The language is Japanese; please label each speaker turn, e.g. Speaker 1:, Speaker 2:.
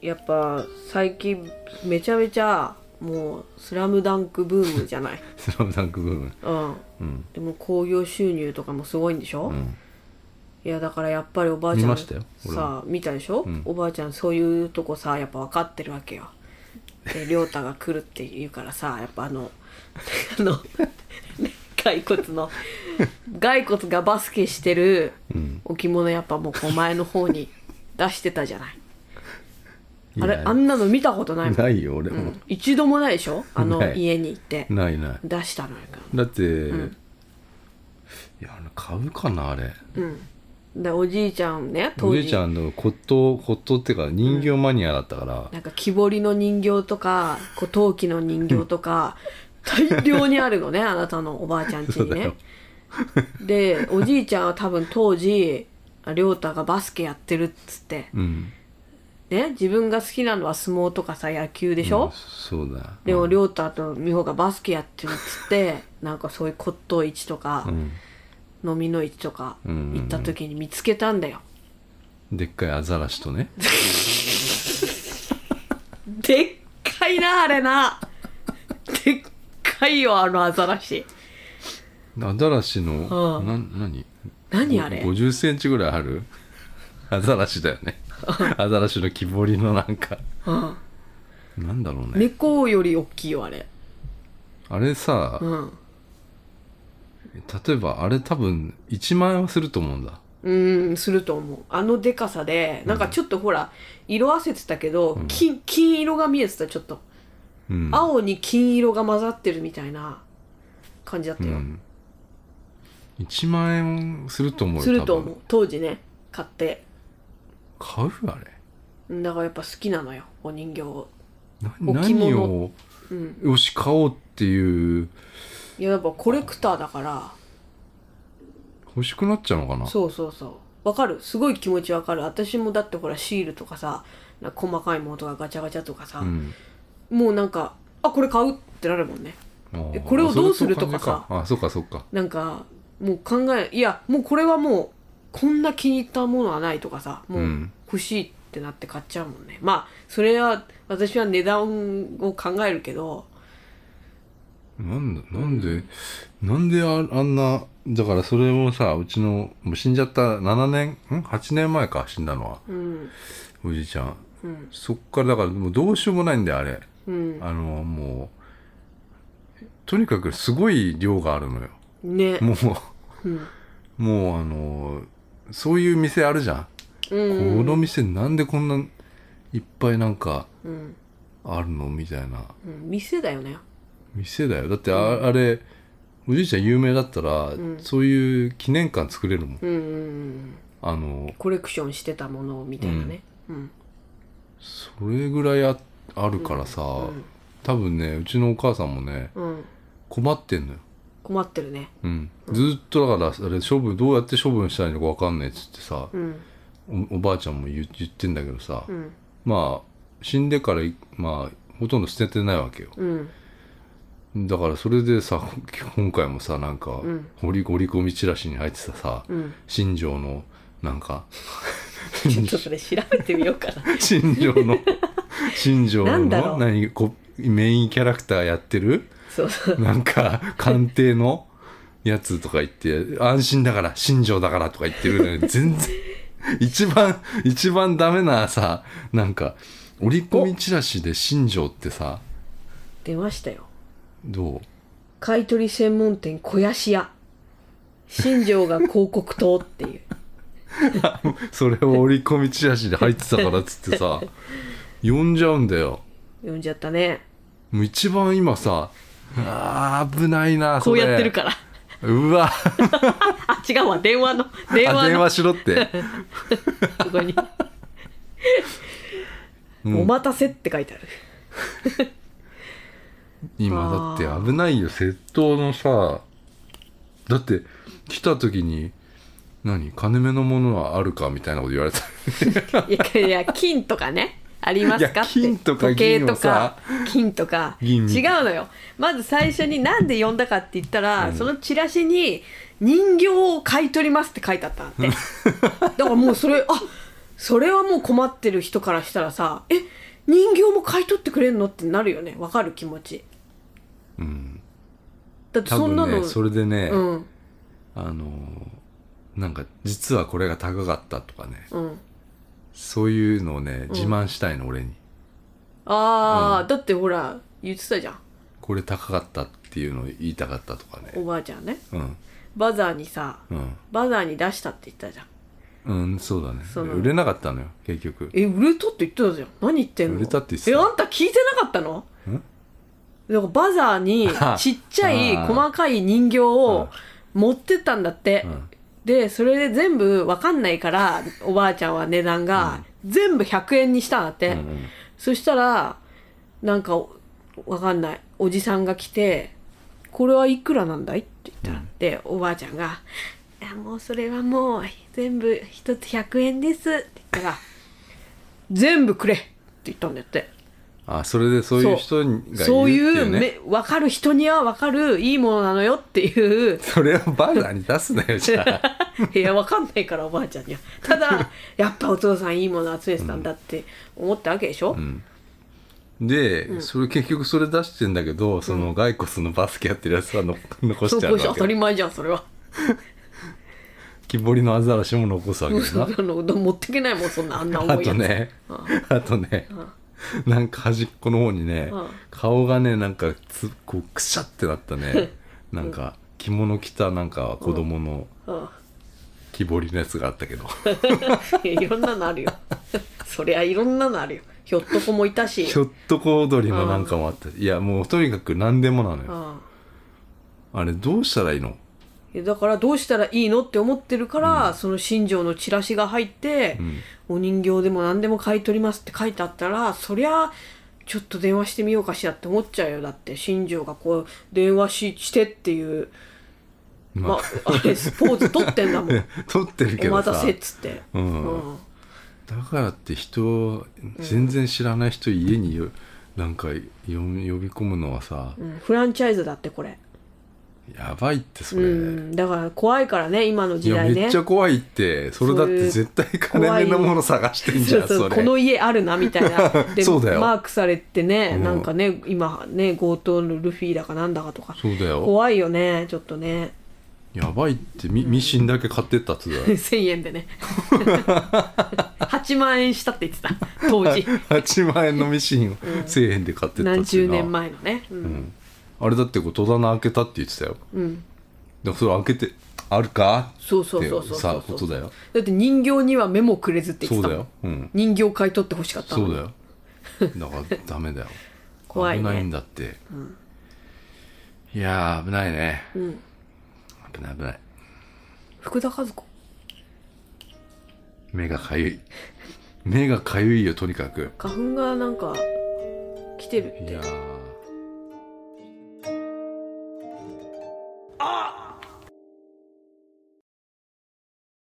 Speaker 1: やっぱ最近めちゃめちゃもう「スラムダンクブームじゃない、
Speaker 2: スラムダンクブーム
Speaker 1: うん、
Speaker 2: うん
Speaker 1: でも興行収入とかもすごいんでしょ、
Speaker 2: うん
Speaker 1: いやだからやっぱりおばあちゃん
Speaker 2: 見ましたよ俺も
Speaker 1: さあ見たでしょ、
Speaker 2: ん
Speaker 1: おばあちゃんそういうとこさやっぱ分かってるわけよ で亮太が来るって言うからさやっぱあの あの骸骨の骸骨がバスケしてる
Speaker 2: うん
Speaker 1: 置物やっぱもうこう前の方に出してたじゃない
Speaker 2: い
Speaker 1: あれ
Speaker 2: や
Speaker 1: あんなの見たことないもん
Speaker 2: ないよ俺も、
Speaker 1: 一度もないでしょあの
Speaker 2: ない
Speaker 1: 家に行って
Speaker 2: ないない
Speaker 1: 出したのよ
Speaker 2: だって、いやあの買うかなあれ
Speaker 1: でおじいちゃんね
Speaker 2: お
Speaker 1: 当
Speaker 2: じい
Speaker 1: 時
Speaker 2: ちゃんの骨董骨董っていうか人形マニアだったから、
Speaker 1: なんか木彫りの人形とかこう陶器の人形とか大量にある のねあなたのおばあちゃん家に
Speaker 2: そうだ
Speaker 1: ね
Speaker 2: よ
Speaker 1: でおじいちゃんは多分当時あ亮太がバスケやってるっつって
Speaker 2: うん
Speaker 1: ね自分が好きなのは相撲とかさ野球でしょ、
Speaker 2: そうだ
Speaker 1: でも亮太と美穂がバスケやってるっつって なんかそういう骨董市とか、
Speaker 2: うん
Speaker 1: 飲みの市とか
Speaker 2: うんうんうん
Speaker 1: 行った時に見つけたんだよ、
Speaker 2: でっかいアザラシとね
Speaker 1: でっかいなあれ なでっかいよあのアザラシ
Speaker 2: アザラシの、
Speaker 1: うん
Speaker 2: な何
Speaker 1: 何あれ
Speaker 2: 5 0センチぐらいあるアザラシだよねアザラシの木彫りのなんか
Speaker 1: うん
Speaker 2: なんだろうね
Speaker 1: 猫より大きいよあれ
Speaker 2: あれさ、
Speaker 1: うん
Speaker 2: 例えばあれ多分1万円はすると思うんだ
Speaker 1: うんすると思うあのでかさでなんかちょっとほら色あせてたけど、金金色が見えてたちょっと
Speaker 2: うん
Speaker 1: 青に金色が混ざってるみたいな感じだった
Speaker 2: う
Speaker 1: よ、
Speaker 2: ん、1万円すると思うよ
Speaker 1: すると思
Speaker 2: 多
Speaker 1: う当時ね買って
Speaker 2: 分買うあれ
Speaker 1: うんだからやっぱ好きなのよお人形を
Speaker 2: な
Speaker 1: 置物
Speaker 2: 何を、
Speaker 1: うん
Speaker 2: よし買おうっていう
Speaker 1: いややっぱコレクターだから
Speaker 2: 欲しくなっちゃうのかな
Speaker 1: そうそうそうわかるすごい気持ちわかる私もだってほらシールとかさなんか細かいものとかガチャガチャとかさ、
Speaker 2: ん、
Speaker 1: もうなんかあこれ買うってなるもんね
Speaker 2: あー
Speaker 1: えこれをどうするとかさ
Speaker 2: そういう感じあそうかそうか
Speaker 1: なんかもう考えいやもうこれはもうこんな気に入ったものはないとかさもううん欲しいってなって買っちゃうもんね、まあそれは私は値段を考えるけど
Speaker 2: なんだなんでなんでああんなだからそれもさうちのもう死んじゃった7年ん8年前か死んだのは
Speaker 1: うん
Speaker 2: おじいちゃん
Speaker 1: うん
Speaker 2: そっからだからもうどうしようもないんだよあれ
Speaker 1: うん
Speaker 2: あのもうとにかくすごい量があるのよ
Speaker 1: ね
Speaker 2: も
Speaker 1: うん
Speaker 2: うもうあのそういう店あるじゃん、
Speaker 1: うん
Speaker 2: この店なんでこんないっぱいなんか
Speaker 1: うん、
Speaker 2: あるのみたいな
Speaker 1: うん、店だよね
Speaker 2: 店だよだってあ,、れおじいちゃん有名だったら、そういう記念館作れるもん
Speaker 1: うんうんうん
Speaker 2: あの
Speaker 1: コレクションしてたものみたいなねうん
Speaker 2: それぐらいああるからさ、多分ねうちのお母さんもね
Speaker 1: うん、
Speaker 2: 困ってんのよ、
Speaker 1: 困ってるね
Speaker 2: うん、ずっとだからあれ処分どうやって処分したらいいのか分かんないっつってさ、
Speaker 1: うん
Speaker 2: おおばあちゃんも言言ってんだけどさ、
Speaker 1: うん
Speaker 2: まあ死んでからいまあほとんど捨ててないわけよ
Speaker 1: うん
Speaker 2: だからそれでさ 今回もさなんか、
Speaker 1: ん
Speaker 2: 折り折り込みチラシに入ってたさ、
Speaker 1: うん
Speaker 2: 新庄のなんか
Speaker 1: ちょっとそれ調べてみようかな
Speaker 2: 新庄の新庄
Speaker 1: な
Speaker 2: の
Speaker 1: んだろう
Speaker 2: 何こメインキャラクターやってる
Speaker 1: そう そう
Speaker 2: なんか鑑定のやつとか言って安心だから新庄だからとか言って るのに全然一番一番ダメなさなんか折り込みチラシで新庄ってさ
Speaker 1: 出ましたよ
Speaker 2: どう
Speaker 1: 買い取り専門店小屋し屋新庄が広告塔っていう
Speaker 2: それを折り込みチラシで入ってたからっつって さ呼んじゃうんだよ
Speaker 1: 呼んじゃったね
Speaker 2: もう一番 今さあー危ないな
Speaker 1: こ
Speaker 2: そうれ
Speaker 1: やってるから
Speaker 2: うわ
Speaker 1: あ違うわ電話の電
Speaker 2: あ
Speaker 1: 話
Speaker 2: 電
Speaker 1: の
Speaker 2: 話しろって
Speaker 1: ここに「お待たせ」って書いてある
Speaker 2: 今だって危ないよ窃盗のさだって来た時に何金目のものはあるかみたいなこと言 われた
Speaker 1: いやいや金とかねありますか
Speaker 2: い
Speaker 1: っ
Speaker 2: や
Speaker 1: て
Speaker 2: 金とか
Speaker 1: 時計
Speaker 2: 銀
Speaker 1: と
Speaker 2: を
Speaker 1: か
Speaker 2: さ
Speaker 1: 金とか
Speaker 2: 銀
Speaker 1: 違うのよまず最初になんで呼んだかって言ったら、そのチラシ に「人形を買い取ります」って書いてあったんだってだからもうそれあそれはもう困ってる人からしたらさえ人形も買い取ってくれんのってなるよねわかる気持ち
Speaker 2: うん、
Speaker 1: だって
Speaker 2: 多
Speaker 1: そんな
Speaker 2: 分
Speaker 1: の、
Speaker 2: ねそれでね、
Speaker 1: うん
Speaker 2: あのなんか実はこれが高かったとかね
Speaker 1: うん
Speaker 2: そういうのをね自慢したいの、俺に
Speaker 1: ああ、だってほら言ってたじゃん
Speaker 2: これ高かったっていうのを言いたかったとか
Speaker 1: お
Speaker 2: ね
Speaker 1: ばあちゃんね
Speaker 2: うん
Speaker 1: バザーにさ
Speaker 2: うん
Speaker 1: バザーに出したって言ったじゃん
Speaker 2: うん、そうだね
Speaker 1: その
Speaker 2: 売れなかったのよ結局
Speaker 1: え売れたって言ってたじゃん何言ってんの
Speaker 2: 売れたって言って
Speaker 1: え
Speaker 2: た
Speaker 1: あんた聞いてなかったの
Speaker 2: ん
Speaker 1: だからバザーに
Speaker 2: あ
Speaker 1: ちっちゃい
Speaker 2: あー
Speaker 1: 細かい人形を持ってったんだって、
Speaker 2: うん
Speaker 1: でそれで全部わかんないからおばあちゃんは値段が、全部100円にしたんだって、
Speaker 2: うんうん
Speaker 1: そしたらなんかおわかんないおじさんが来て「これはいくらなんだい?」って言ったら、でおばあちゃんが「いやもうそれはもう全部一つ100円です」って言ったら「全部くれ!」って言ったんだって
Speaker 2: あそれでそういう人がいるっていう、ね、
Speaker 1: そ
Speaker 2: そう
Speaker 1: いうめ分かる人には分かるいいものなのよっていう
Speaker 2: れをバザーに出すなよじゃあ
Speaker 1: いや分かんないからおばあちゃんにはただやっぱお父さんいいもの集めてたんだって思ったわけでしょ、
Speaker 2: で、それ結局それ出してんだけどその骸骨のバスケやってるやつはの 残し
Speaker 1: そう
Speaker 2: ちゃうわ
Speaker 1: 当た
Speaker 2: け
Speaker 1: り前じゃんそれは。
Speaker 2: 木彫りのアザラシも残すわけだ
Speaker 1: そ
Speaker 2: なん
Speaker 1: なの持ってけないもんそんなあんな
Speaker 2: あ
Speaker 1: 重いや
Speaker 2: と
Speaker 1: つ、
Speaker 2: ね
Speaker 1: うん
Speaker 2: あとねなんか端っこの方にね
Speaker 1: うん
Speaker 2: 顔がねなんかつこうくしゃってなったねなんか着物着たなんか子供の
Speaker 1: うん
Speaker 2: 木彫りのやつがあったけど
Speaker 1: いやいろんなのあるよそりゃいろんなのあるよひょっとこもいたし
Speaker 2: ひょっとこ踊りのなんかもあったいやもうとにかく何でもなの
Speaker 1: う
Speaker 2: よ
Speaker 1: ん
Speaker 2: あれどうしたらいいの
Speaker 1: いやだからどうしたらいいのって思ってるから、その新庄のチラシが入って、お人形でも何でも買い取りますって書いてあったらそりゃちょっと電話してみようかしらって思っちゃうよだって新庄がこう電話ししてっていう、ま
Speaker 2: ま
Speaker 1: あ
Speaker 2: あ、
Speaker 1: あれスポーツ取ってんだ もん
Speaker 2: 撮ってる
Speaker 1: お
Speaker 2: けど
Speaker 1: 待た
Speaker 2: さ
Speaker 1: せっつって、
Speaker 2: うん
Speaker 1: うん
Speaker 2: だからって人全然知らない人家によなんかよ呼び込むのはさ
Speaker 1: うんフランチャイズだってこれ
Speaker 2: やばいってそれ、
Speaker 1: うん、だから怖いからね今の
Speaker 2: い
Speaker 1: 時
Speaker 2: や
Speaker 1: 代ね
Speaker 2: めっちゃ怖いってそれだ
Speaker 1: そ
Speaker 2: っ
Speaker 1: うい
Speaker 2: て
Speaker 1: う
Speaker 2: 絶対金目のもの探してんじゃんそ
Speaker 1: そうそう
Speaker 2: れ
Speaker 1: この家あるなみたい なで
Speaker 2: そうだよ
Speaker 1: マークされてね、
Speaker 2: うん
Speaker 1: なんかね今ね強盗のルフィだかなんだかとか
Speaker 2: そうだよ
Speaker 1: 怖いよねちょっとね
Speaker 2: やばいってみミシンだけ買ってったっつう だよ
Speaker 1: 1000円 でね8万円したって言ってた当 時
Speaker 2: 8万円のミシンを1000円で買ってった
Speaker 1: 何
Speaker 2: っつう
Speaker 1: 十
Speaker 2: な
Speaker 1: 年前のねうん、
Speaker 2: うんあれだってこう戸棚開けたって言ってたよ
Speaker 1: うん
Speaker 2: でもそれ開けてあるか
Speaker 1: そうそうそうそう
Speaker 2: って
Speaker 1: そう
Speaker 2: さことだよ
Speaker 1: だって人形には目もくれずって言
Speaker 2: そ
Speaker 1: っ
Speaker 2: う
Speaker 1: てた
Speaker 2: だ
Speaker 1: もん
Speaker 2: ようん
Speaker 1: 人形買い取ってほしかったの
Speaker 2: そ
Speaker 1: に
Speaker 2: うだよだからダメだよ
Speaker 1: 怖いね
Speaker 2: 危ないんだって、いやー危ないね、危ない危ない
Speaker 1: 福田和子
Speaker 2: 目がかゆい目がかゆいよとにかく
Speaker 1: 花粉がなんか来てるっ
Speaker 2: い
Speaker 1: て
Speaker 2: やー